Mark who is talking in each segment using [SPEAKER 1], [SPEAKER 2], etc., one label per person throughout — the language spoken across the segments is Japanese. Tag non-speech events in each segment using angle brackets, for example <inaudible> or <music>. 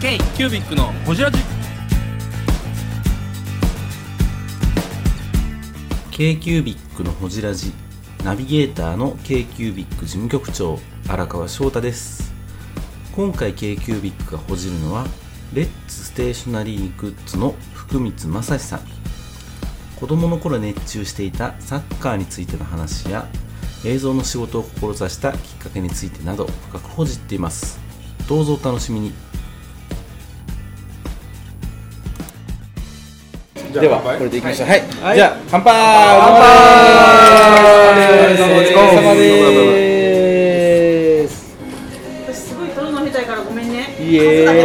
[SPEAKER 1] K キュービックのホジラジ
[SPEAKER 2] k q u b i c のほじラジナビゲーターの k q u b i c 事務局長荒川翔太です今回 k q u b i c がほじるのはレッツステーショナリーグッズの福光正史さん子供の頃熱中していたサッカーについての話や映像の仕事を志したきっかけについてなど深くほじっていますどうぞお楽しみに
[SPEAKER 3] ではこれでいきましょうはい、じゃあ乾杯
[SPEAKER 2] 乾杯
[SPEAKER 3] お疲れ様です
[SPEAKER 4] 私すごい取るのみたいからごめんね。
[SPEAKER 3] イエーイ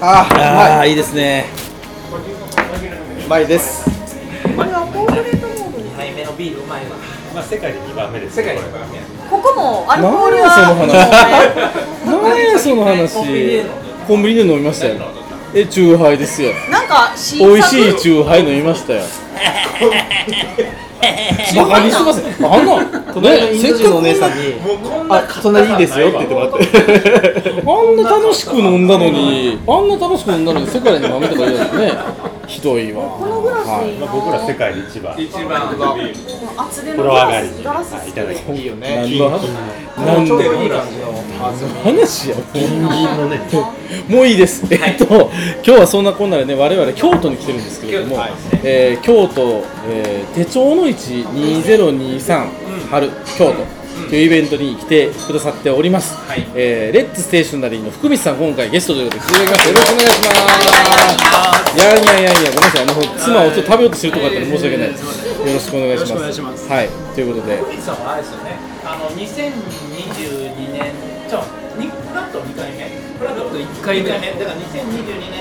[SPEAKER 3] あーあいいですねうまいです
[SPEAKER 4] ここもアルコール
[SPEAKER 3] 何や
[SPEAKER 4] は。
[SPEAKER 3] 何やその話コンビニで飲みましたよえチューハイですよ
[SPEAKER 4] なんか新作
[SPEAKER 3] 美味しいチューハイ飲みましたよ <laughs> バカにしてますよあんなねせっかくお姉さんにあ隣いいですよって言ってもらって <laughs> あんな楽しく飲んだのにあんな楽しく飲んだのに世界に豆とか言うのねひどい
[SPEAKER 4] こ
[SPEAKER 3] わ
[SPEAKER 4] のグラスいいな。
[SPEAKER 5] 僕ら世界で一番
[SPEAKER 4] 厚手の
[SPEAKER 5] 風
[SPEAKER 4] グ
[SPEAKER 5] 呂上が
[SPEAKER 4] ラ
[SPEAKER 5] り
[SPEAKER 4] ス
[SPEAKER 5] に
[SPEAKER 4] ガラス好
[SPEAKER 5] い
[SPEAKER 4] き
[SPEAKER 5] ただき
[SPEAKER 4] で。
[SPEAKER 5] ます
[SPEAKER 3] 何の話なんで話やもういいです、えっと今日はそんなこんなでね我々京都に来てるんですけれども、えー京都、えー手帳の市2023春京都というイベントに来てくださっております、えーレッツステーショナリーの福光さん今回ゲストということで来ていただきましたよろしくお願いしますいやいやいやいやごめんなさいあの妻をちょっと食べようとしてるとこあったら申し訳ないですよろしくお願いしますはいということで
[SPEAKER 6] クリスさんはあれですよね、あの2022年、ちょ、にフラット2回目、フラット1回目、だから2022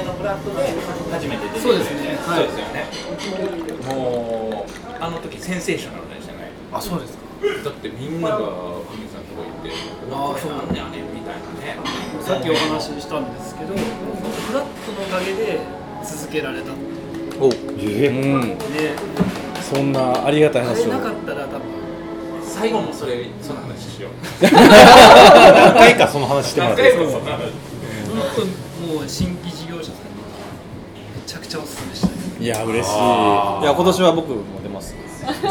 [SPEAKER 6] 年のフラットで初めて出てそうですね、そうですよね、もう、あの時センセーショナルでしたね、あ、そうですか、だってみんなが、クリスさんのとこ行って、ああ、そうなんだよね、みたいなね、
[SPEAKER 7] さっきお話ししたんですけど、フラットのおかげで続けられたんで、
[SPEAKER 3] うんそんなありがたい
[SPEAKER 7] あ
[SPEAKER 3] 話
[SPEAKER 7] れ
[SPEAKER 3] を
[SPEAKER 7] なかったら多分
[SPEAKER 6] 最後もそれ、その話しよう、
[SPEAKER 5] 何回かその話してもらっ
[SPEAKER 6] 何
[SPEAKER 5] ていい
[SPEAKER 6] 回
[SPEAKER 5] で
[SPEAKER 6] も
[SPEAKER 5] す
[SPEAKER 6] その
[SPEAKER 5] か
[SPEAKER 6] 話、
[SPEAKER 7] 本当もう新規事業者さんにめちゃくちゃおすすめしたい。
[SPEAKER 3] いや嬉しいいや今年は僕も出ます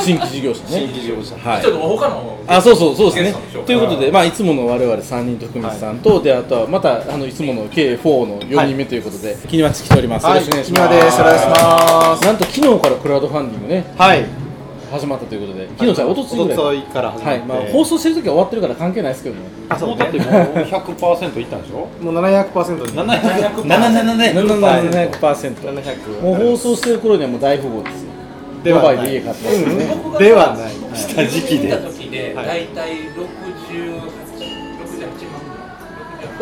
[SPEAKER 3] 新規事業者ね新規事業者は
[SPEAKER 6] ちょっ
[SPEAKER 3] い
[SPEAKER 6] と他の、
[SPEAKER 3] あそうそうそう
[SPEAKER 6] ゲス
[SPEAKER 3] です
[SPEAKER 6] トの紹
[SPEAKER 3] ね
[SPEAKER 6] 介
[SPEAKER 3] ということでまあいつもの我々3人と久美さんとであとはまたあのいつもの計4の4人目ということでキニマチ来ておりますよろしくお願いします
[SPEAKER 8] ま
[SPEAKER 3] なんと昨日からクラウドファンディングね
[SPEAKER 8] はい、
[SPEAKER 3] 始まったということで昨日じゃおとついぐらい
[SPEAKER 8] いから
[SPEAKER 3] はいまあ放送してる時は終わってるから関係ないですけどね
[SPEAKER 8] あそう
[SPEAKER 5] だってもう100%いったんでしょ
[SPEAKER 8] もう700%に
[SPEAKER 3] 7700%もう放送してる頃にはもう大富豪ですよドバイで家買ってますよね
[SPEAKER 8] うんではない
[SPEAKER 5] 下敷き
[SPEAKER 6] 見た
[SPEAKER 5] で
[SPEAKER 6] 時で、
[SPEAKER 8] はい
[SPEAKER 6] 大体68、68万ぐ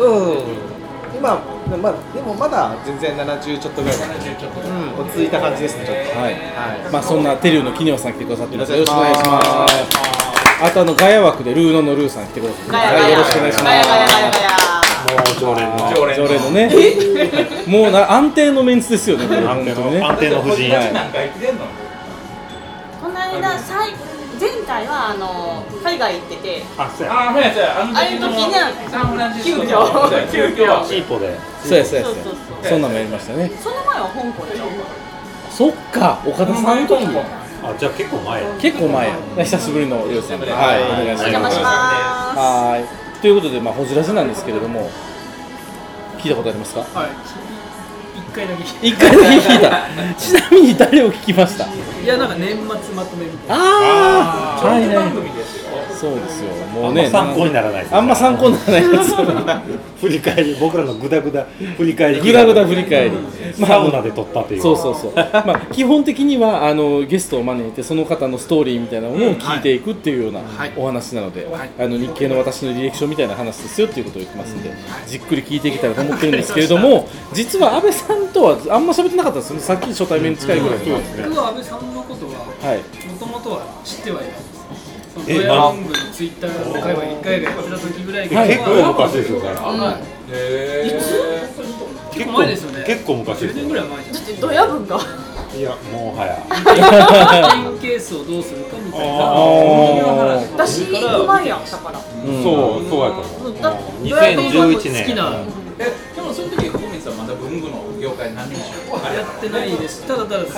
[SPEAKER 6] らい。
[SPEAKER 8] うん今まあでもまだ全然70ちょっとぐらいかなうん落ち着いた感じですねちょっと
[SPEAKER 3] はい
[SPEAKER 8] はい
[SPEAKER 3] まあそんなテリューのキニオさん来てくださってます。よ
[SPEAKER 8] よ
[SPEAKER 3] ろ
[SPEAKER 8] ろ
[SPEAKER 3] し
[SPEAKER 8] し
[SPEAKER 3] く
[SPEAKER 8] く
[SPEAKER 3] お
[SPEAKER 8] お
[SPEAKER 3] 願
[SPEAKER 8] 願
[SPEAKER 3] いしま
[SPEAKER 8] いします
[SPEAKER 3] す。あとあのガヤ枠でルーノのルーさん来てくださって
[SPEAKER 4] ガ
[SPEAKER 3] ま
[SPEAKER 4] ヤ
[SPEAKER 3] す。は
[SPEAKER 4] ガヤ
[SPEAKER 3] い、よろしくお願いし
[SPEAKER 4] ガ
[SPEAKER 3] ま
[SPEAKER 4] ヤ
[SPEAKER 3] す
[SPEAKER 4] ガヤガヤガヤ。
[SPEAKER 5] もう常連の
[SPEAKER 6] 常連。
[SPEAKER 3] 常連のね、 <laughs> もうな安定のメンツですよね。これ本当にね。
[SPEAKER 5] 安定の夫人
[SPEAKER 6] なんかいつ出んの
[SPEAKER 4] この間最前回はあの海外行ってて、
[SPEAKER 5] あそうや
[SPEAKER 6] ああ、そうやそうや、あの
[SPEAKER 4] ああいう時には
[SPEAKER 6] サンフランシスコの
[SPEAKER 4] 急遽
[SPEAKER 6] 急遽
[SPEAKER 5] チーポで
[SPEAKER 3] そうやそうやそ
[SPEAKER 4] そうう
[SPEAKER 3] や
[SPEAKER 4] そうそ。う
[SPEAKER 3] そんなのやりましたね。
[SPEAKER 4] その前は香港でしょ。
[SPEAKER 3] そっか、岡田さんの時も
[SPEAKER 5] あじゃあ結構前や
[SPEAKER 3] 結構前や。久しぶりのルーさんで。はい、お願い
[SPEAKER 4] お
[SPEAKER 3] し
[SPEAKER 4] 邪
[SPEAKER 3] ま
[SPEAKER 4] 魔
[SPEAKER 3] す
[SPEAKER 4] し。ま
[SPEAKER 3] はい。ということでまあほじらせなんですけれども、聞いたことありますか？
[SPEAKER 7] はい。一回だけ。
[SPEAKER 3] 一回だけ <laughs> 聞いた。 <laughs> ちなみに誰を聞きました？
[SPEAKER 7] いやなんか年末まとめみたいな。
[SPEAKER 3] ああ、はいはい。
[SPEAKER 6] ですよ。
[SPEAKER 3] そうですよ。
[SPEAKER 5] あ
[SPEAKER 3] もうんね、
[SPEAKER 5] ま参考にならないです
[SPEAKER 3] あんま参考にならないです。 <laughs>
[SPEAKER 5] 振り返り僕らのグダグダ振り返り
[SPEAKER 3] ぐだぐだ振り返り。
[SPEAKER 5] <laughs> サウナで撮ったっていう
[SPEAKER 3] そうそうそう。まあ基本的にはあのゲストを招いてその方のストーリーみたいなものを聞いていくっていうようなお話なので、あの日系の私の履歴書みたいな話ですよっていうことを言ってますんで、じっくり聞いていけたらと思ってるんですけれども、実は安倍さんとはあんま喋ってなかったんですよね。さっき初対面に近いぐらいの。
[SPEAKER 7] 僕は安倍さんのことは
[SPEAKER 3] はい。
[SPEAKER 7] もともとは知ってはいたんです。その
[SPEAKER 5] え
[SPEAKER 7] ドヤロングのツイッターで海外一回がやってた時ぐらいから。
[SPEAKER 5] 結構昔ですよ
[SPEAKER 7] 結構前ですよね。
[SPEAKER 5] 結構昔で
[SPEAKER 7] 10
[SPEAKER 5] す
[SPEAKER 7] 年ぐらい前じゃ
[SPEAKER 4] す。ドヤ分が。
[SPEAKER 5] いやもはや
[SPEAKER 7] ペンケースをどうするかみたいなそういう話
[SPEAKER 4] 私行く前やんだから
[SPEAKER 3] うん
[SPEAKER 5] そうそうやと思う
[SPEAKER 4] うんだって
[SPEAKER 5] 2011
[SPEAKER 7] 好き
[SPEAKER 5] 年
[SPEAKER 7] な
[SPEAKER 6] えでもその時小宮さんまだ文具の業界何年もあれ
[SPEAKER 7] やってないですただただ好き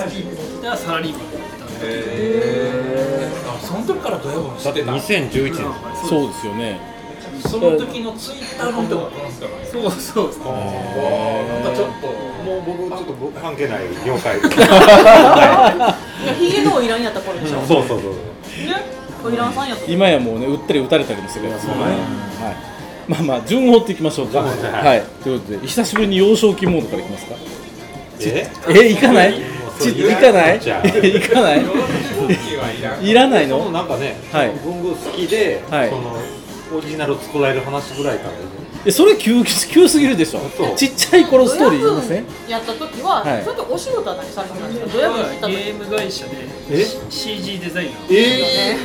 [SPEAKER 7] なサラリーマンだったんで
[SPEAKER 6] へえあその時からドヤ顔し
[SPEAKER 5] だって
[SPEAKER 6] てた
[SPEAKER 5] 2011年
[SPEAKER 3] そうですよね
[SPEAKER 6] その時のツイッターの人が来ますからね
[SPEAKER 7] そうそうそう
[SPEAKER 6] なんかちょっと
[SPEAKER 5] もう僕ちょっと僕関係ない業 <laughs> 界
[SPEAKER 4] いやヒゲのおいらんやった頃でしょね
[SPEAKER 5] そうそうそう
[SPEAKER 4] おいらんさんやった
[SPEAKER 3] 今やもうね打ったり打たれたりもするからそうね、はい、まあまあ順を追っていきましょうか
[SPEAKER 5] 順を追ってはい
[SPEAKER 3] はいということで久しぶりに幼少期モードからいきますか
[SPEAKER 5] え
[SPEAKER 3] え行かない
[SPEAKER 5] そ
[SPEAKER 3] ち
[SPEAKER 5] うい
[SPEAKER 3] 行
[SPEAKER 5] らん
[SPEAKER 3] かない
[SPEAKER 5] じゃあ
[SPEAKER 3] 行かない
[SPEAKER 6] はいらん
[SPEAKER 3] いらない
[SPEAKER 5] その
[SPEAKER 3] の
[SPEAKER 5] なんかね、
[SPEAKER 3] はい
[SPEAKER 5] その文具好きで、
[SPEAKER 3] はい
[SPEAKER 5] そのオリジナルを作られる話ぐらいから、ね、
[SPEAKER 3] えそれ急急すぎるでしょ
[SPEAKER 5] そう
[SPEAKER 3] ちっちゃい頃ストーリー言いません
[SPEAKER 4] やった時
[SPEAKER 3] は
[SPEAKER 4] は、
[SPEAKER 3] い
[SPEAKER 4] それとお仕事は何されてたんですかド
[SPEAKER 7] ゲ
[SPEAKER 4] ヤ顔してた時
[SPEAKER 7] ーム会社で
[SPEAKER 5] え
[SPEAKER 7] CG デザイナー
[SPEAKER 5] え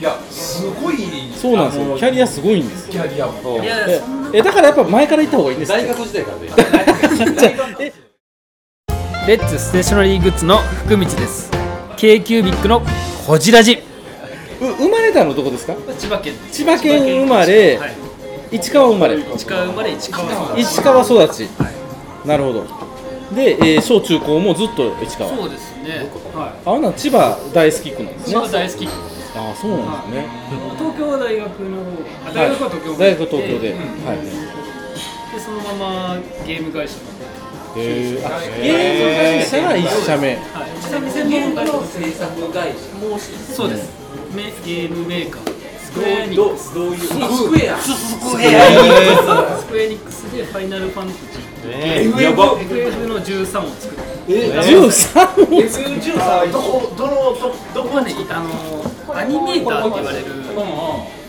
[SPEAKER 6] いやすごい
[SPEAKER 3] そうなんですよキャリアすごいんですよ
[SPEAKER 6] キャリアも
[SPEAKER 7] いや
[SPEAKER 3] ええだからやっぱ前から行った方がいいんですよ
[SPEAKER 5] 大学時代からね
[SPEAKER 3] じゃあえ
[SPEAKER 7] レッツステーショナリーグッズの福光です k キュービックのこじらじ
[SPEAKER 3] う生まれたのどこですか
[SPEAKER 7] 千葉県
[SPEAKER 3] 千葉県生まれ
[SPEAKER 7] はい
[SPEAKER 3] 市川生まれ
[SPEAKER 7] 市川生まれ市川育ち
[SPEAKER 3] 市川育ち、なるほどで、えー小中高もずっと市川
[SPEAKER 7] そうですねはい
[SPEAKER 3] あほんなら千葉大好きっ子なんですね
[SPEAKER 7] 千葉大好き
[SPEAKER 3] ああそうなんですね、
[SPEAKER 7] 東京は大学のあ
[SPEAKER 3] は
[SPEAKER 7] 大
[SPEAKER 3] い
[SPEAKER 7] 学は東京
[SPEAKER 3] 大学は
[SPEAKER 7] う
[SPEAKER 3] 東京で、
[SPEAKER 7] ん
[SPEAKER 3] はい
[SPEAKER 7] でそのままゲーム会社に
[SPEAKER 3] へえあ芸能会社が1社目
[SPEAKER 7] はいゲームの制作会社そうですめゲームメーカースクエアエニックス
[SPEAKER 6] どういうスクエア
[SPEAKER 7] スクエアエニックスでファイナルファンタジー
[SPEAKER 5] えやば
[SPEAKER 7] FF の13を作る
[SPEAKER 3] 13を
[SPEAKER 6] F13 どこどのどどこまでいた
[SPEAKER 7] あのアニメーターって言われる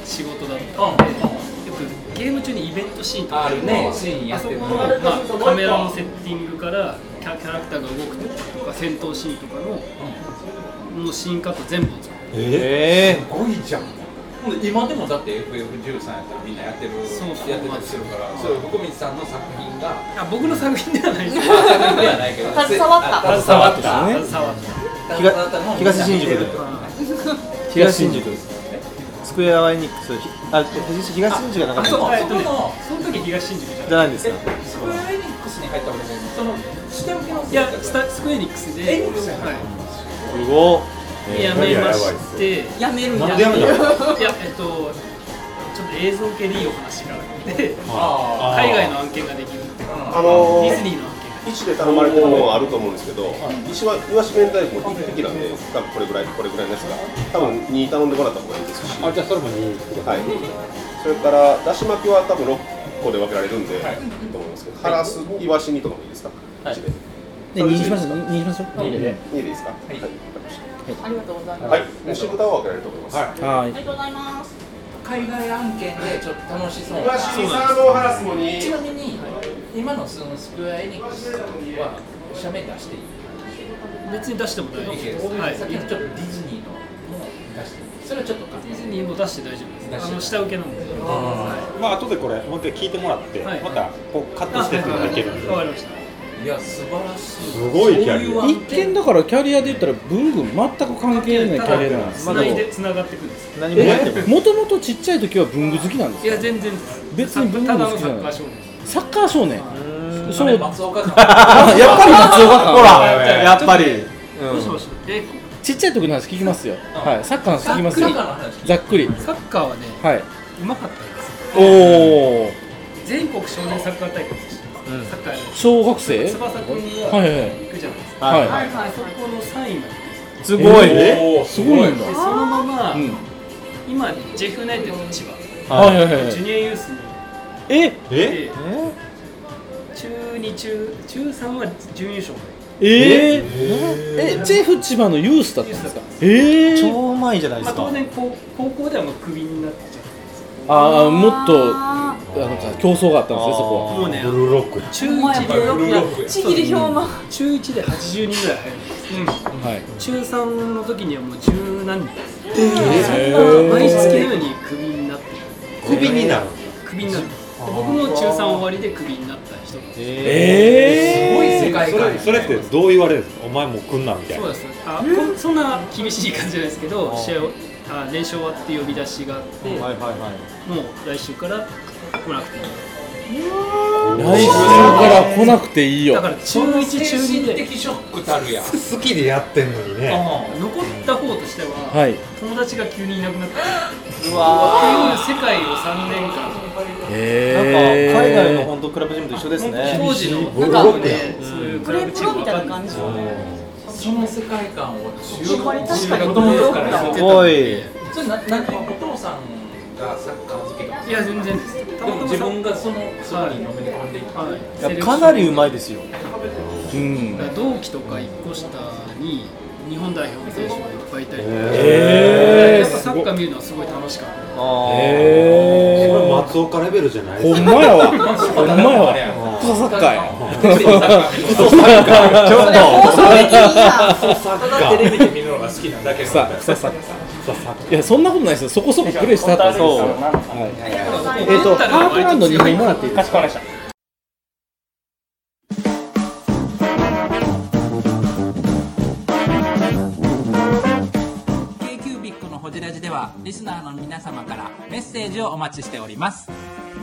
[SPEAKER 7] 仕事だったんでよくゲーム中にイベントシーンとか
[SPEAKER 6] あるねシーンや
[SPEAKER 7] あ
[SPEAKER 6] っ
[SPEAKER 7] そ
[SPEAKER 6] て
[SPEAKER 7] こ
[SPEAKER 6] る
[SPEAKER 7] の、まあ、カメラのセッティングからキャキャラクターが動くとか戦闘シーンとかのもうシーンカット全部を作る
[SPEAKER 6] すごいじゃんほんで今でもだって FF13 やったらみんなやってる
[SPEAKER 7] そうそう
[SPEAKER 6] やってたりするからそう福光さんの作品が <laughs>
[SPEAKER 7] あ僕の作品ではないです
[SPEAKER 6] まあ作品ではないけど
[SPEAKER 4] <laughs> 携わった
[SPEAKER 6] 携わった
[SPEAKER 3] ね
[SPEAKER 7] 携わった
[SPEAKER 6] 携わったのをみんな
[SPEAKER 8] 東新宿で
[SPEAKER 6] 見てる
[SPEAKER 8] 東新宿スクエアワイニックスひあ東新宿じゃなか
[SPEAKER 6] あ
[SPEAKER 8] った
[SPEAKER 6] そう
[SPEAKER 8] じ
[SPEAKER 6] そこの
[SPEAKER 7] その時東新宿じゃ
[SPEAKER 8] ゃ
[SPEAKER 7] な
[SPEAKER 8] ないいんですか
[SPEAKER 6] えスクエアエニックスに入ったわけじゃないその下請けの
[SPEAKER 7] いやスタスクエニックスで
[SPEAKER 6] エニックスや
[SPEAKER 7] はい
[SPEAKER 8] すごっ
[SPEAKER 7] で辞めましてい
[SPEAKER 4] やめるん
[SPEAKER 5] な
[SPEAKER 4] や
[SPEAKER 5] んでやめたの
[SPEAKER 7] やえっとちょっと映像系でいいお話があって
[SPEAKER 6] あ
[SPEAKER 7] 海外の案件ができるデ
[SPEAKER 1] あの
[SPEAKER 7] ィズ
[SPEAKER 1] ー、
[SPEAKER 7] ニーの案件が
[SPEAKER 1] 一で頼まれてるものはあると思うんですけど、石はイワシ明太子も一匹なんで、多分これぐらい、これぐらいのやつが、多分2頼んでもらった方がいいですし、
[SPEAKER 5] あじゃあそれも2位ってこと
[SPEAKER 1] はい、それからだし巻きは多分6個で分けられるんで、い、いと思いますけど、ハラス、イワシにとかもいいですか、はい、で
[SPEAKER 3] で2にしましょう2にしましょう2で
[SPEAKER 1] いいですか、はい、わかりまし
[SPEAKER 4] ありがとうございま
[SPEAKER 1] た
[SPEAKER 4] す
[SPEAKER 1] はい、虫豚は分けられると思います。
[SPEAKER 5] は
[SPEAKER 3] は
[SPEAKER 4] ありがとうございます
[SPEAKER 6] 海外案件でちょっと楽しそう
[SPEAKER 1] イワシにサーモンハラスもに
[SPEAKER 6] ちなみに今のそのスクエアエニックスは社名出していい
[SPEAKER 7] 別に出しても大丈夫です、はい、
[SPEAKER 6] さっきのちょっとディズニーのも出してそれはちょっとか
[SPEAKER 7] ディズニーも出して大丈
[SPEAKER 6] 出
[SPEAKER 7] 夫で
[SPEAKER 6] し
[SPEAKER 7] す
[SPEAKER 6] て
[SPEAKER 7] あの下請けなので
[SPEAKER 5] いまあ後でこれもう一回聞いてもらって、
[SPEAKER 7] はい
[SPEAKER 5] またこうカット
[SPEAKER 7] あ
[SPEAKER 5] していただけるんで
[SPEAKER 7] わかりました
[SPEAKER 6] いや素晴らしい
[SPEAKER 5] すごいキャリア
[SPEAKER 6] そういう案
[SPEAKER 3] い一見だからキャリアで言ったら文具全く関係ないキャリアなんです
[SPEAKER 7] つないでつながっていくんです
[SPEAKER 8] 何もやってない
[SPEAKER 3] けどもともとちっちゃい時は文具好きなんです
[SPEAKER 7] いや全然です
[SPEAKER 3] 別に文具
[SPEAKER 7] た
[SPEAKER 3] も
[SPEAKER 7] だ
[SPEAKER 3] 好
[SPEAKER 7] の
[SPEAKER 3] き
[SPEAKER 7] サ
[SPEAKER 3] じゃ
[SPEAKER 7] ッカー
[SPEAKER 3] ない
[SPEAKER 7] 少年
[SPEAKER 3] サッカー少年そ
[SPEAKER 6] あれ
[SPEAKER 3] う
[SPEAKER 6] 松岡さ
[SPEAKER 3] あやっぱり松岡さん
[SPEAKER 8] <laughs> ほ
[SPEAKER 5] い
[SPEAKER 8] らやっぱり
[SPEAKER 7] どうしましょうえ
[SPEAKER 3] ちっちゃい時の話聞きますよはいサッカーの話聞き
[SPEAKER 6] ん
[SPEAKER 3] ます
[SPEAKER 6] サ
[SPEAKER 3] よ
[SPEAKER 6] ッカーの話
[SPEAKER 3] ざっくり
[SPEAKER 7] サッカーはね
[SPEAKER 3] はいう
[SPEAKER 7] まかったんです
[SPEAKER 3] おお
[SPEAKER 7] 全国少年サッカー大会ですサッカーやる
[SPEAKER 3] 小学生
[SPEAKER 7] 翼くん
[SPEAKER 3] は
[SPEAKER 7] は
[SPEAKER 3] いはいはい
[SPEAKER 7] 行くじゃないですか
[SPEAKER 3] はい
[SPEAKER 4] はいはい
[SPEAKER 7] そこの3位なんです
[SPEAKER 3] ご
[SPEAKER 5] ごい
[SPEAKER 3] すごいんだ
[SPEAKER 7] でそのまま
[SPEAKER 3] うん
[SPEAKER 7] 今ジェフユナイテッド千葉
[SPEAKER 3] はいはいはいは
[SPEAKER 7] ジュ
[SPEAKER 3] い
[SPEAKER 7] ニアユースに
[SPEAKER 3] え
[SPEAKER 5] え
[SPEAKER 7] で中二中中3は準優勝
[SPEAKER 3] えええジェフ千葉のユースだったんですかええ
[SPEAKER 8] 超うまいじゃないで
[SPEAKER 7] ますあ
[SPEAKER 8] か
[SPEAKER 7] 当然高高校ではもうクビになってちゃう
[SPEAKER 3] ああもっとあ
[SPEAKER 4] あ
[SPEAKER 3] の競争があったんですねそこは
[SPEAKER 7] もうね
[SPEAKER 5] ブルーロックや
[SPEAKER 7] 中
[SPEAKER 4] ーほんまや
[SPEAKER 7] 1
[SPEAKER 4] ブル
[SPEAKER 7] で
[SPEAKER 4] ーロックやちぎり表の
[SPEAKER 7] 中1で80人ぐらい入るんです
[SPEAKER 3] はい
[SPEAKER 7] 中3の時にはもう十何人です
[SPEAKER 3] へ
[SPEAKER 7] 毎月のようにクビになってる
[SPEAKER 5] クビになる
[SPEAKER 7] クビになってる僕も中3終わりでクビになった人なんです
[SPEAKER 3] ええ
[SPEAKER 5] 世界観それそれってどう言われるんですかお前もう来んなみたい
[SPEAKER 7] そう
[SPEAKER 5] な
[SPEAKER 7] ですねあこんそんな厳しい感じじゃないですけど試合をあ練習終わって呼び出しがあっても
[SPEAKER 8] はいはいはいう
[SPEAKER 7] 来週から来なくていい
[SPEAKER 3] ー、来週から来なくていい
[SPEAKER 7] だ
[SPEAKER 3] よ
[SPEAKER 7] から中1中2で
[SPEAKER 6] 的ショックたるやん
[SPEAKER 5] 好きでやってんのにね
[SPEAKER 7] 残った方としては、
[SPEAKER 3] はい
[SPEAKER 7] 友達が急にいなくなったうわっていう世界を3年間
[SPEAKER 3] え
[SPEAKER 8] 海外の
[SPEAKER 3] ー、
[SPEAKER 8] 本当クラブジムと一緒ですね
[SPEAKER 7] 当時のなんかねそういうク
[SPEAKER 4] プ
[SPEAKER 7] ラ
[SPEAKER 4] レ
[SPEAKER 7] ブ
[SPEAKER 4] プ
[SPEAKER 7] チー
[SPEAKER 4] ロ
[SPEAKER 7] ム
[SPEAKER 4] み
[SPEAKER 7] わ
[SPEAKER 4] たい
[SPEAKER 7] か
[SPEAKER 4] なん
[SPEAKER 7] ない
[SPEAKER 4] 感じよね
[SPEAKER 6] その世界観を中
[SPEAKER 4] これ
[SPEAKER 6] 学
[SPEAKER 4] 確かに
[SPEAKER 6] 子供の頃からやって
[SPEAKER 8] す
[SPEAKER 6] た
[SPEAKER 8] ごい
[SPEAKER 6] それななんかお父さんがサッカー好きとか
[SPEAKER 7] いや全然です
[SPEAKER 6] でも自分がそのそこにのめり込んでいった
[SPEAKER 8] いやかなりう
[SPEAKER 7] い
[SPEAKER 8] まいですよ
[SPEAKER 3] うん
[SPEAKER 7] 同期とか1個下に日本代表の選手がいっぱいいたりとか、
[SPEAKER 3] え
[SPEAKER 7] や
[SPEAKER 3] ー、
[SPEAKER 7] っぱ
[SPEAKER 3] す
[SPEAKER 7] サ
[SPEAKER 3] ご
[SPEAKER 7] ッ
[SPEAKER 3] い
[SPEAKER 7] カー見るのはすごい楽しかった
[SPEAKER 3] え
[SPEAKER 5] これ
[SPEAKER 3] ー、
[SPEAKER 5] 松岡レベルじゃないで
[SPEAKER 3] ほ
[SPEAKER 5] す
[SPEAKER 3] ん
[SPEAKER 5] か
[SPEAKER 3] まやわほんまやわクソサッカーや
[SPEAKER 8] ちょっ
[SPEAKER 4] 放送できるやん
[SPEAKER 6] ただテレビで見るのが好きなだけ
[SPEAKER 3] 草草サッカーいやそんなことないですよそこそこプレーしたってそうはいえっ、とハートランド2本もらっていいですか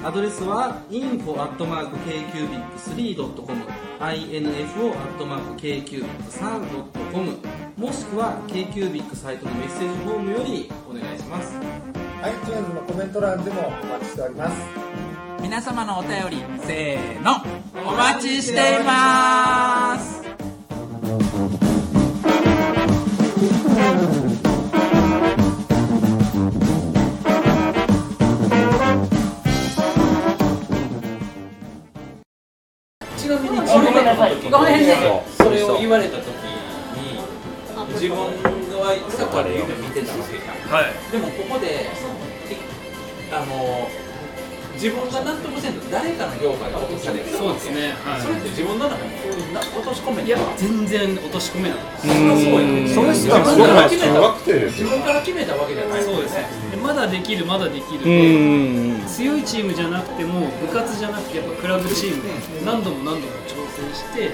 [SPEAKER 9] アドレスは info.kcubic3.com info.kcubic3.com もしくは KQBIC サイトのメッセージフォームよりお願いします
[SPEAKER 10] iTunes のコメント欄でもお待ちしております
[SPEAKER 9] 皆様のお便りせーのお待ちしています
[SPEAKER 6] ちなみに自分が
[SPEAKER 4] ごめんね
[SPEAKER 6] それを言われた時に自分はサッカーで夢見てたわけじゃん
[SPEAKER 7] はい
[SPEAKER 6] でもここでいあの自分が納得せんと誰かの評価が落とされる
[SPEAKER 7] そうですねはい
[SPEAKER 6] それって自分の中にこういうな落とし込め
[SPEAKER 7] い
[SPEAKER 6] て
[SPEAKER 7] や
[SPEAKER 6] は
[SPEAKER 7] 全然落とし込めない
[SPEAKER 6] それがすごいね
[SPEAKER 8] その人は
[SPEAKER 6] 自
[SPEAKER 8] す
[SPEAKER 6] 分
[SPEAKER 8] ご
[SPEAKER 6] か
[SPEAKER 8] い
[SPEAKER 6] ら決めた
[SPEAKER 5] 学生です
[SPEAKER 6] 自分から決めたわけじゃない
[SPEAKER 7] そうですねでまだできるまだできる
[SPEAKER 3] うーん
[SPEAKER 7] 強いチームじゃなくても部活じゃなくてやっぱクラブチーム何度も何度も挑戦して、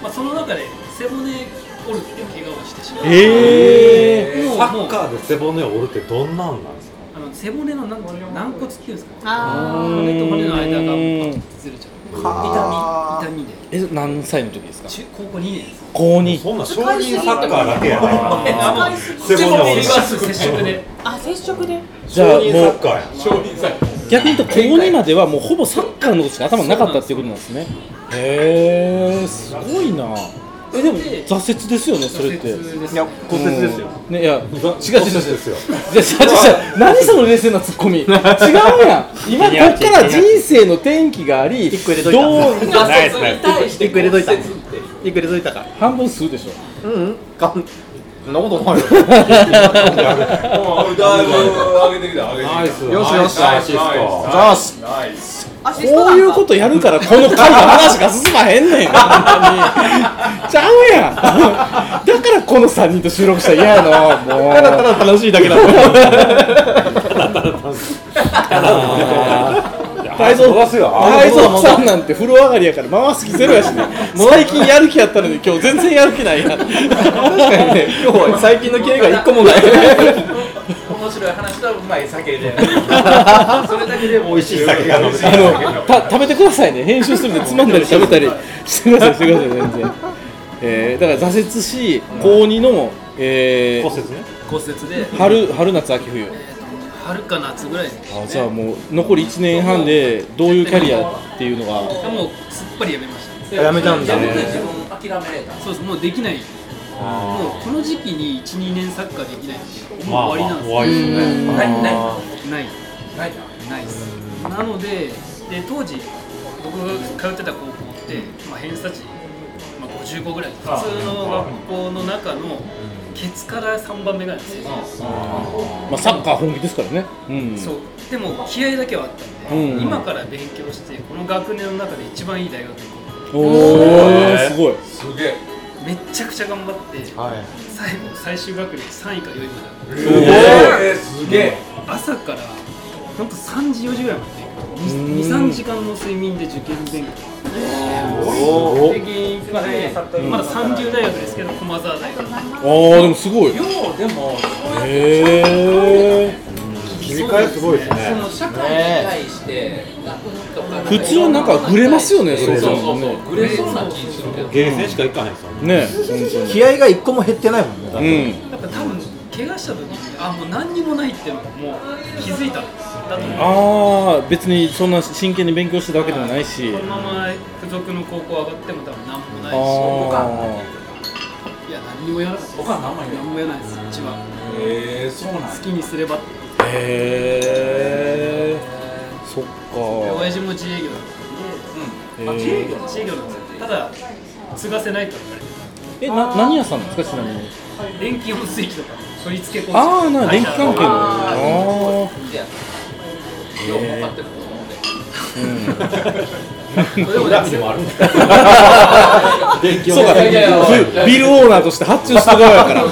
[SPEAKER 7] まあ、その中で背骨折るっていう怪我をしてしまう、
[SPEAKER 3] え
[SPEAKER 7] もう
[SPEAKER 5] サッ
[SPEAKER 7] もう
[SPEAKER 5] カーで背骨を折るってどんなんなんですか
[SPEAKER 7] あの背骨のなんて軟骨っていうんですか
[SPEAKER 4] あー
[SPEAKER 7] 骨と骨の間がパッとずれちゃう痛み痛みで
[SPEAKER 3] ー、え何歳の時ですか
[SPEAKER 7] 中高校2年です
[SPEAKER 3] 高2
[SPEAKER 5] そんな少林サッカーだけや
[SPEAKER 4] 使
[SPEAKER 5] ない
[SPEAKER 4] いすぎ
[SPEAKER 5] 背骨折る
[SPEAKER 7] リバース接触で
[SPEAKER 4] あ接触で
[SPEAKER 3] じゃあ
[SPEAKER 5] 少林
[SPEAKER 3] も
[SPEAKER 5] サッ
[SPEAKER 3] う
[SPEAKER 5] カーや
[SPEAKER 3] 逆に言うと高2まではもうほぼサッカーのことしか頭になかったっていうことなんですねへえー、すごいなえでも挫折ですよねそれって
[SPEAKER 8] いや骨折ですよ
[SPEAKER 3] うんねいや違う違う違う
[SPEAKER 5] 違う違うですよ
[SPEAKER 3] じゃあじゃあ何その冷静なツッコミ違うやん今こっから人生の転機があり
[SPEAKER 8] 個入れといた
[SPEAKER 3] どう
[SPEAKER 8] <laughs>
[SPEAKER 5] ナイスナイス
[SPEAKER 8] 一個入れといた一個入れといたか
[SPEAKER 3] 半分吸うでしょ
[SPEAKER 8] うんうんかんそんなこと <laughs> ないよ
[SPEAKER 6] だいぶ上げてきた上げて
[SPEAKER 5] ナイス
[SPEAKER 8] よしよし
[SPEAKER 5] ナイスナイス
[SPEAKER 8] ザース
[SPEAKER 4] アシスト
[SPEAKER 3] こういうことやるからこの回の話が進まへんねんほんまにちゃうやんだからこの3人と収録したら嫌やなもう
[SPEAKER 8] ただただ楽しいだけだった
[SPEAKER 3] 大蔵
[SPEAKER 5] 戻すよ
[SPEAKER 3] 大蔵さんなんて風呂上がりやから回す気ゼロやしね最近やる気やったのに今日全然やる気ないやん
[SPEAKER 8] 確かにね今日は最近の経営が一個もない
[SPEAKER 6] 面白い話とうまい酒
[SPEAKER 7] <laughs>
[SPEAKER 6] でそれだけでも美味しい
[SPEAKER 5] いい酒が飲めて
[SPEAKER 3] あのた食べてくださいね編集するんでつまんだり食べたりしてくださいしてください全然、えー、だから挫折し高2の、えー、
[SPEAKER 5] 骨折ね
[SPEAKER 7] 骨折で
[SPEAKER 3] 春春夏秋冬
[SPEAKER 7] 春か夏ぐらいですね
[SPEAKER 3] あじゃあもう残り1年半でどういうキャリアっていうのが
[SPEAKER 7] もうすっぱりやめました
[SPEAKER 8] やめたんだ
[SPEAKER 6] やめて自分諦めれた
[SPEAKER 7] そうですもうできないもうこの時期に12年サッカーできないってもう終わりなんです
[SPEAKER 5] まあまあ終わりですね
[SPEAKER 6] ないない
[SPEAKER 7] ない
[SPEAKER 6] ない
[SPEAKER 7] ないですなのでで当時僕が通ってた高校って、まあ、偏差値、まあ、55ぐらい普通の学校の中のケツから3番目ぐらいなんですよ、
[SPEAKER 3] まあ、サッカー本気ですからね、うん、
[SPEAKER 7] そうでも気合だけはあったんで、
[SPEAKER 3] うん
[SPEAKER 7] 今から勉強してこの学年の中で一番いい大学に行こう
[SPEAKER 3] おおすごい
[SPEAKER 6] すげえ
[SPEAKER 7] めっちゃくちゃ頑張って、最後最終学年3位か4位まで
[SPEAKER 3] お
[SPEAKER 6] すげえ
[SPEAKER 7] 朝から本当3時4時ぐらいまで23時間の睡眠で受験勉強
[SPEAKER 3] おー
[SPEAKER 7] で現役までまだ30大学ですけど駒澤大学
[SPEAKER 3] あーでもすごい
[SPEAKER 7] ようでも
[SPEAKER 3] へえ
[SPEAKER 5] 切り替えすごいですね
[SPEAKER 6] その社会に対してとか
[SPEAKER 3] 普通なんかグレますよね
[SPEAKER 6] そうそうそう
[SPEAKER 3] そう
[SPEAKER 6] グレそうな気するけど
[SPEAKER 5] ゲーセンしか行かないですよね
[SPEAKER 3] ね
[SPEAKER 8] 気合が一個も減ってないもんねだっ
[SPEAKER 3] う
[SPEAKER 8] て
[SPEAKER 3] ん
[SPEAKER 7] なんか多分怪我した時にあもう何にもないってもう気づいたんですだと思う
[SPEAKER 3] ああ別にそんな真剣に勉強してたわけでもないし
[SPEAKER 7] このまま付属の高校上がっても多分何もないし
[SPEAKER 3] あ
[SPEAKER 7] いや何にもやらない他は何もやらない何もやらないですうちは
[SPEAKER 9] へえそうなん
[SPEAKER 7] 好きにすればって
[SPEAKER 3] あへえそっか
[SPEAKER 7] 親父も自営業だったんで、
[SPEAKER 3] へ
[SPEAKER 7] あ
[SPEAKER 3] ー
[SPEAKER 7] 自営業自営業なんですよただ継がせないと言われて
[SPEAKER 3] えな何屋さんなんですかちなみに
[SPEAKER 7] 電気温水器とか取り付け工
[SPEAKER 3] ああな電気関係の
[SPEAKER 7] あ
[SPEAKER 3] ああ
[SPEAKER 6] 量も買ってると思うんで
[SPEAKER 7] <laughs> ーでも
[SPEAKER 5] 裏でもあ <laughs> るんだ電気を
[SPEAKER 3] そうか、
[SPEAKER 6] いやいやいや
[SPEAKER 3] ビルオーナーとして発注した側やから。
[SPEAKER 6] 後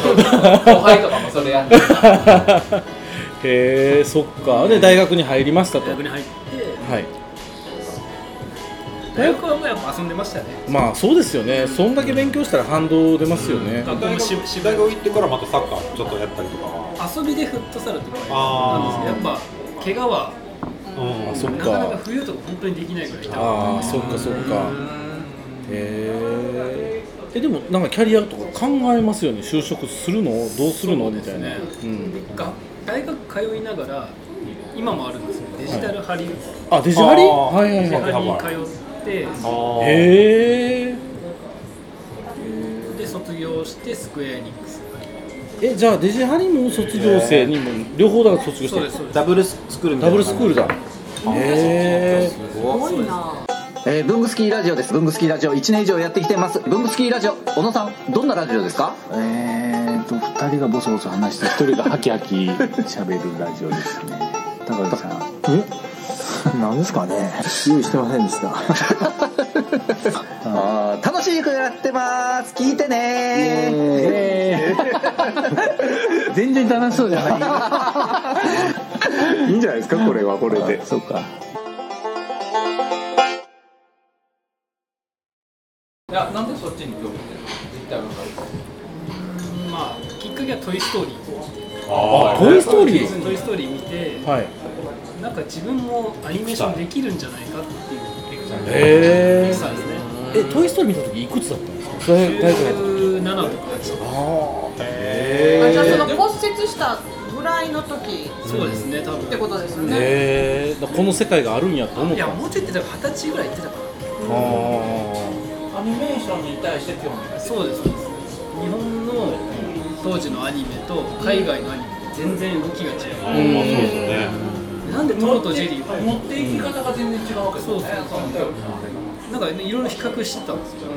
[SPEAKER 6] 輩とかもそれやって
[SPEAKER 3] <laughs> へえ、そっか。で、大学に入りましたと。
[SPEAKER 7] 大学に
[SPEAKER 3] は
[SPEAKER 7] 入って
[SPEAKER 3] い。
[SPEAKER 7] 大学はもうやっぱ遊んでましたね
[SPEAKER 3] まあ、そうですよね。そんだけ勉強したら反動出ますよね。
[SPEAKER 7] 学校
[SPEAKER 5] 大
[SPEAKER 7] もし
[SPEAKER 5] 学
[SPEAKER 7] し
[SPEAKER 5] 大学行ってからまたサッカーちょっとやったりとかは
[SPEAKER 7] 遊びでフットサルとか
[SPEAKER 5] あ
[SPEAKER 7] な
[SPEAKER 5] ー
[SPEAKER 7] んですけどやっぱ怪我は
[SPEAKER 5] うん
[SPEAKER 3] あ、そっ
[SPEAKER 7] なかなか
[SPEAKER 3] か。
[SPEAKER 7] 冬とか本当にできないぐらい痛かった
[SPEAKER 3] ああ、そっか、そっか。へえ。え、でも、なんかキャリアとか考えますよね。就職するの、どうするのみたいな。うん。
[SPEAKER 7] が大学通いながら今もあるんですよデジタルハリウッド
[SPEAKER 3] あ、デジハリ。
[SPEAKER 5] あー
[SPEAKER 3] はいはいはい。
[SPEAKER 7] ハリに通って
[SPEAKER 5] あー
[SPEAKER 3] へえ。
[SPEAKER 7] で卒業してスクエアエニックス
[SPEAKER 3] え、じゃあ、デジハリも卒業生にも、両方だから卒業してる。
[SPEAKER 7] そうで
[SPEAKER 8] ダブルスクールみた
[SPEAKER 3] ダ
[SPEAKER 8] い
[SPEAKER 3] ブ
[SPEAKER 8] な
[SPEAKER 3] ルスクールだ。へえ。
[SPEAKER 4] 多いな。
[SPEAKER 11] えー、ブングスキーラジオです。ブングスキーラジオ1年以上やってきてます。ブングスキーラジオ、小野さん、どんなラジオですかえーと、2人がボソボソ話して、1人がハキハキ喋るラジオですね。高木さん。えなんですかね用意してませんでした。あー楽しくやってます。聞いてね全然楽しそうじゃない。いいんじゃないですか、これはこれで。そうか。
[SPEAKER 6] いやなんでそっちに興味出るの実態分かる
[SPEAKER 7] まあきっかけは「トイ・ストーリー」
[SPEAKER 3] あ、トイストーリー。
[SPEAKER 7] トイ・ストーリー見て
[SPEAKER 3] はい。
[SPEAKER 7] なんか自分もアニメーションできるんじゃないかっていうピ
[SPEAKER 3] へえ
[SPEAKER 7] ク。サーですね
[SPEAKER 3] え、トイストーリー見た時いくつだったんですか。それ、大丈夫。
[SPEAKER 7] 17とか8
[SPEAKER 4] あじゃあその骨折したぐらいの時
[SPEAKER 7] そうですね多
[SPEAKER 4] って
[SPEAKER 7] 分
[SPEAKER 4] ことですよね。
[SPEAKER 3] へえ。だからこの世界があるんやと思っ
[SPEAKER 7] い
[SPEAKER 3] た
[SPEAKER 7] や
[SPEAKER 3] の。あ
[SPEAKER 7] もうちょい行ってたから二十歳ぐらい行ってたか
[SPEAKER 3] あ。
[SPEAKER 6] アニメーションに対して興味が
[SPEAKER 7] らそうですそうです日本の当時のアニメと海外のアニメ全然動きが違
[SPEAKER 5] あ
[SPEAKER 7] う、
[SPEAKER 5] ーまあそうですね
[SPEAKER 7] なんで「トロとジェリー」
[SPEAKER 6] 持っていき方が全然違うわけです
[SPEAKER 7] そう
[SPEAKER 6] よ
[SPEAKER 7] そ
[SPEAKER 6] ね
[SPEAKER 7] うなんかねいろいろ比較してたんですよ、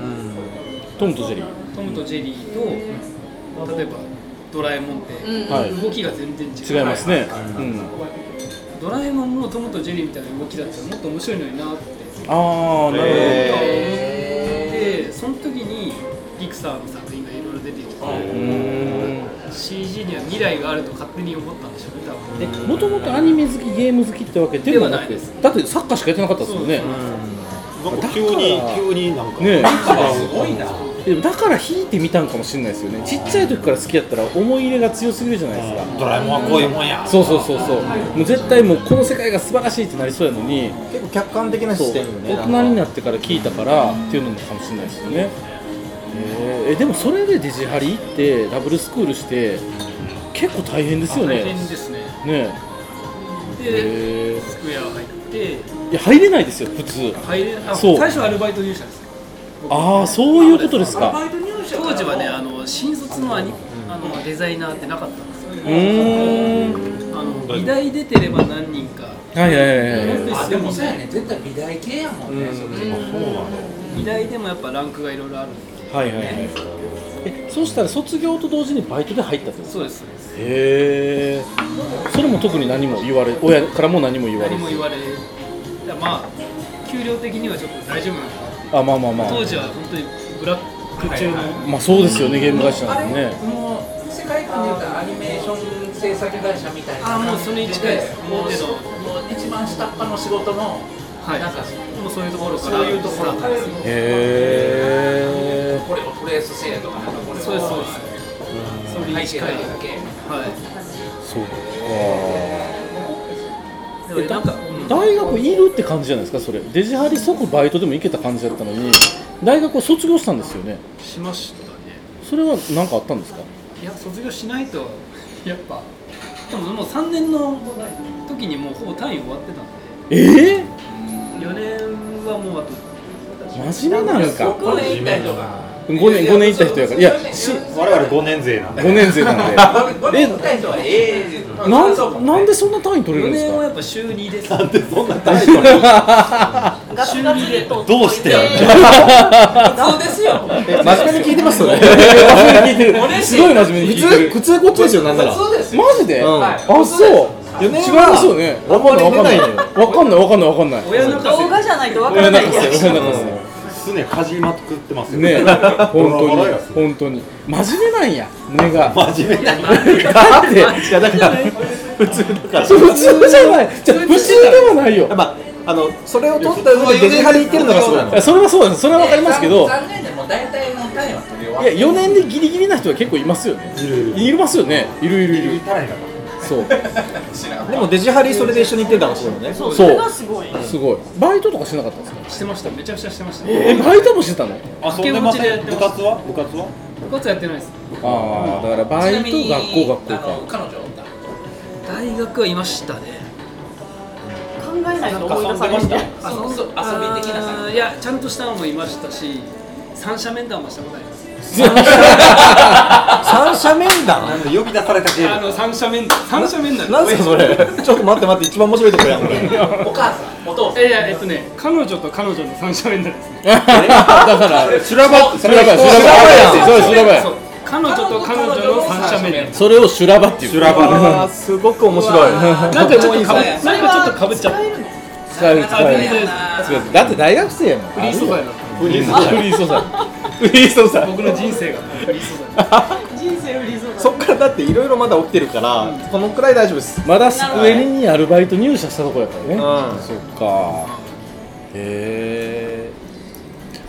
[SPEAKER 3] トムとジェリー。
[SPEAKER 7] トムとジェリーと例えば「ドラえもん」って
[SPEAKER 3] はい
[SPEAKER 7] 動きが全然違う、
[SPEAKER 3] 違いますね。うん。
[SPEAKER 7] ドラえもんもトムとジェリーみたいな動きだったらもっと面白いのになって
[SPEAKER 3] ああ、なる
[SPEAKER 7] でその時にピクサーの作品がいろいろ出てき
[SPEAKER 3] ほど。う
[SPEAKER 7] て
[SPEAKER 3] ーん
[SPEAKER 7] CG には未来があると勝手に思ったんでしょうね多分
[SPEAKER 3] え、もともとアニメ好き、ゲーム好きってわけでもな
[SPEAKER 7] では
[SPEAKER 3] く
[SPEAKER 7] ないです
[SPEAKER 3] だってサッカーしかやってなかったですよね。
[SPEAKER 5] なんか急に急になんか
[SPEAKER 3] ねえ
[SPEAKER 5] 違う
[SPEAKER 6] すごいな
[SPEAKER 3] でもだから引いてみたんかもしれないですよね。ちっちゃい時から好きやったら思い入れが強すぎるじゃないですか。
[SPEAKER 5] ドラえもんはこういうもんや
[SPEAKER 3] そうそうそうそう。もう絶対もうこの世界が素晴らしいってなりそうやのに、
[SPEAKER 8] 結構客観的な
[SPEAKER 3] そう
[SPEAKER 8] 視
[SPEAKER 3] 大
[SPEAKER 8] 点よね
[SPEAKER 3] 人になってから聞いたからっていうのかもしれないですよね。えーえでもそれでデジハリ行ってダブルスクールして結構大変ですよ
[SPEAKER 7] 大
[SPEAKER 3] ね。
[SPEAKER 7] 変
[SPEAKER 3] ね
[SPEAKER 7] ですね
[SPEAKER 3] え。
[SPEAKER 7] で
[SPEAKER 3] え
[SPEAKER 7] スクエア入って
[SPEAKER 3] ーいや入れないですよ普通。
[SPEAKER 7] 入れあ
[SPEAKER 3] そう
[SPEAKER 7] 最初アルバイト入社ですよ
[SPEAKER 3] ああそういうことですか。
[SPEAKER 7] 当時はねあの新卒のアニあのデザイナーってなかったんですよ
[SPEAKER 3] うーん。
[SPEAKER 7] あの美大出てれば何人か
[SPEAKER 3] はいはいはいはい。
[SPEAKER 6] あでもそうやね絶対美大系やもんねそれ
[SPEAKER 7] 美大でもやっぱランクがいろいろあるんで
[SPEAKER 3] はいはいはい。え、そうしたら卒業と同時にバイトで入ったってことですか
[SPEAKER 7] そうですそうです
[SPEAKER 3] へえ。それも特に何も言われ、親からも何も言われ
[SPEAKER 7] 何
[SPEAKER 3] ず
[SPEAKER 7] も。言われだからまあ給料的にはちょっと大丈夫なのか
[SPEAKER 3] あ、まあまあまあ。
[SPEAKER 7] 当時は本当にブラック中の
[SPEAKER 3] まあそうですよね、ゲーム会社なんでね。
[SPEAKER 6] もう世界界観で言うとアニメーション制作会社みたいな
[SPEAKER 7] あーも
[SPEAKER 6] 感
[SPEAKER 7] う
[SPEAKER 6] じ
[SPEAKER 7] それに近いです
[SPEAKER 6] もうもう
[SPEAKER 7] 大手の
[SPEAKER 6] 一番下っ端の仕事のなんか
[SPEAKER 7] もうそういうところから
[SPEAKER 6] そういうところから
[SPEAKER 3] へ
[SPEAKER 6] これをトレース制とかなんかこれを
[SPEAKER 7] そうですそうです
[SPEAKER 6] それに近いだけ
[SPEAKER 3] そうか
[SPEAKER 7] でもなんか
[SPEAKER 3] 大学いるって感じじゃないですかそれデジハリ即バイトでも行けた感じだったのに大学を卒業したんですよね
[SPEAKER 7] しましたね
[SPEAKER 3] それは何かあったんですか
[SPEAKER 7] いや卒業しないと <laughs> やっぱでももう3年の時にもうほぼ単位終わってたん
[SPEAKER 3] ええ
[SPEAKER 7] で4年はもうあと
[SPEAKER 3] 真面目なんか
[SPEAKER 7] 5年行ったりとか
[SPEAKER 3] 5年五年行った人やからいやし
[SPEAKER 5] 我々5年勢なんで
[SPEAKER 3] 5年生なんでえなんなんでそんな単位取れる
[SPEAKER 7] 4
[SPEAKER 3] んです
[SPEAKER 7] 年
[SPEAKER 3] か
[SPEAKER 7] はやっぱ週2ですなんで <laughs> そんな単位
[SPEAKER 3] 取れ
[SPEAKER 7] 週
[SPEAKER 3] る
[SPEAKER 7] 2で
[SPEAKER 5] どうしてやる
[SPEAKER 7] そうですよ <laughs>
[SPEAKER 8] え真面目に聞いてますそ
[SPEAKER 3] <laughs>
[SPEAKER 8] れ
[SPEAKER 3] 真面目に聞いてるすごい真面目に聞いてる
[SPEAKER 8] 普通普通こっちですよなんなら
[SPEAKER 3] そうですマジで、
[SPEAKER 8] うん
[SPEAKER 3] あそう違いますよねわかんないわかんないわかんないわかんないわかんない
[SPEAKER 7] 親泣か
[SPEAKER 12] 動画じゃないとわから
[SPEAKER 3] 親
[SPEAKER 12] ない
[SPEAKER 3] 泣かせ親泣かせ
[SPEAKER 5] すねかじりまくってますよ
[SPEAKER 3] ねえ本当
[SPEAKER 5] ボロボロ
[SPEAKER 3] に
[SPEAKER 5] や
[SPEAKER 3] 本当に真面目なんや根 <laughs> が
[SPEAKER 5] 真面目なん
[SPEAKER 3] やだっていやだ
[SPEAKER 8] <laughs>
[SPEAKER 3] から普通だから普通じゃないじゃあ普通ではないよまああのそれを取った上
[SPEAKER 8] でデジハリ行ってるのがすごいの
[SPEAKER 3] それはそうですそれはわかりますけど
[SPEAKER 6] 残念でも大体の単位は取り終わ
[SPEAKER 3] いや4年でギリギリな人は結構いますよねいるいるいますよねいるいるいるそう
[SPEAKER 8] でもデジハリそれで一緒に行ってたんですよね
[SPEAKER 3] そう
[SPEAKER 7] すごい
[SPEAKER 3] すごいバイトとかしなかったんですか
[SPEAKER 7] してましためちゃくちゃしてました
[SPEAKER 3] えバイトもしてたの
[SPEAKER 7] 掛け持ちでやってました
[SPEAKER 5] 部活は部活は
[SPEAKER 7] 部活やってないです
[SPEAKER 3] ああだからバイ
[SPEAKER 7] ちな
[SPEAKER 3] ト
[SPEAKER 7] みに
[SPEAKER 3] 学校学校
[SPEAKER 7] あの
[SPEAKER 3] か
[SPEAKER 7] 彼女が大学はいましたね
[SPEAKER 12] 考えないと思い出される
[SPEAKER 7] あそうそう遊び的なさいやちゃんとしたのもいましたし三者面談もしたことあり <laughs> ます
[SPEAKER 8] 三者面談なん
[SPEAKER 5] で呼び出された
[SPEAKER 7] あの三者面談三者面談
[SPEAKER 8] なんすかそれ <laughs> ちょっと待って待って一番面白いとこやんこれ
[SPEAKER 7] お母さんお父さんいやえっとね彼女と彼女の三者面談ですね
[SPEAKER 3] だから修羅場修羅場修羅場やんそれ修羅場やん
[SPEAKER 7] そう彼女と彼女の三者面談
[SPEAKER 3] それを修羅場っていう
[SPEAKER 8] 修羅場すごく面白い
[SPEAKER 7] なんかちょっとかぶっなんかちょっとかぶっちゃった
[SPEAKER 3] 使える使える
[SPEAKER 7] 使える
[SPEAKER 3] 使えるだって大学生やもん
[SPEAKER 7] フリー素材な
[SPEAKER 3] フリー素材フリー素材
[SPEAKER 8] フリーソさ
[SPEAKER 7] 僕の人生がフリー素材
[SPEAKER 8] 人生フリーソそっからだっていろいろまだ起きてるからこのくらい大丈夫です
[SPEAKER 3] まだスクエニにアルバイト入社したとこやからねそっかへえ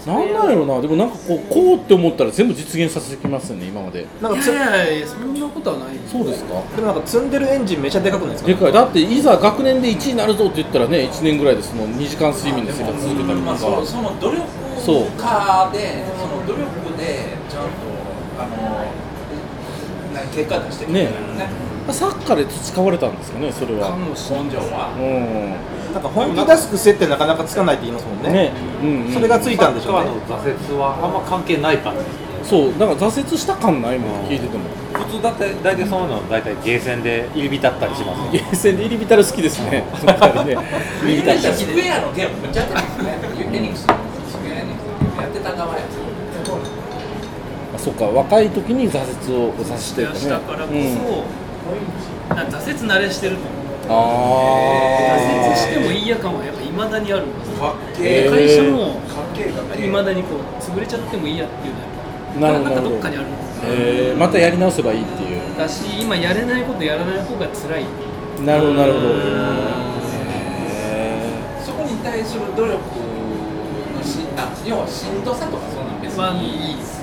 [SPEAKER 3] なんなんやろなでもなんかこうこうって思ったら全部実現させてきますよね今まで
[SPEAKER 8] なんかつ
[SPEAKER 7] いやいやいやそんなことはない
[SPEAKER 3] そうですか
[SPEAKER 8] でもなんか積んでるエンジンめちゃでかくないですか
[SPEAKER 3] でかいだっていざ学年で1位になるぞって言ったらね1年ぐらいでその2時間睡眠の生活続けたりと
[SPEAKER 6] まあ
[SPEAKER 3] か
[SPEAKER 6] そのその努力
[SPEAKER 3] そう
[SPEAKER 6] 家でその努力でちゃんとあのな結果出してくれるからね
[SPEAKER 3] サッカーで培われたんですかねそれは
[SPEAKER 6] 根性は
[SPEAKER 3] うん
[SPEAKER 8] なんか本気出す癖ってなかなかつかないって言いますもんね
[SPEAKER 3] ねうんうん
[SPEAKER 8] それがついたんでしょうね
[SPEAKER 5] サッカーの挫折はあんま関係ない感じです
[SPEAKER 3] そうだから挫折した感ないもん聞いてても
[SPEAKER 5] 普通だって大体そういうの大体ゲーセンで入り浸ったりしますよ
[SPEAKER 3] ゲーセンで入り浸る好きです
[SPEAKER 7] <laughs>
[SPEAKER 3] ねそっかりね入り浸ったり
[SPEAKER 6] スクエアのゲームめっちゃやってますねエニックススクエアエニックスのゲームやってた側やつ
[SPEAKER 3] <laughs> あそっか若い時に挫折を挫してる
[SPEAKER 7] 出したからこそ、なんか挫折慣れしてると思う
[SPEAKER 3] うん、
[SPEAKER 7] 挫
[SPEAKER 3] ああ
[SPEAKER 7] 折してもいいや感はやっぱ未だにあるんですかっ
[SPEAKER 3] けー
[SPEAKER 7] 会社も
[SPEAKER 6] かっけえかっけえ
[SPEAKER 7] 未だにこう潰れちゃってもいいやっていうのは
[SPEAKER 3] なる
[SPEAKER 7] な
[SPEAKER 3] ほど
[SPEAKER 7] んかどっか
[SPEAKER 3] なるほど
[SPEAKER 7] にあるんですよ
[SPEAKER 3] えーまたやり直せばいいっていう
[SPEAKER 7] だし今やれないことやらない方が辛い
[SPEAKER 3] なるほどなるほど
[SPEAKER 6] そこに対する努力のしあ要はしんどさとかそうなん別にいいです